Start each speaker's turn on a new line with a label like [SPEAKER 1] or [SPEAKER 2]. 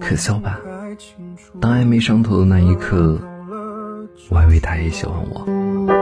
[SPEAKER 1] 可笑吧？当暧昧上头的那一刻，我还以为他也喜欢我。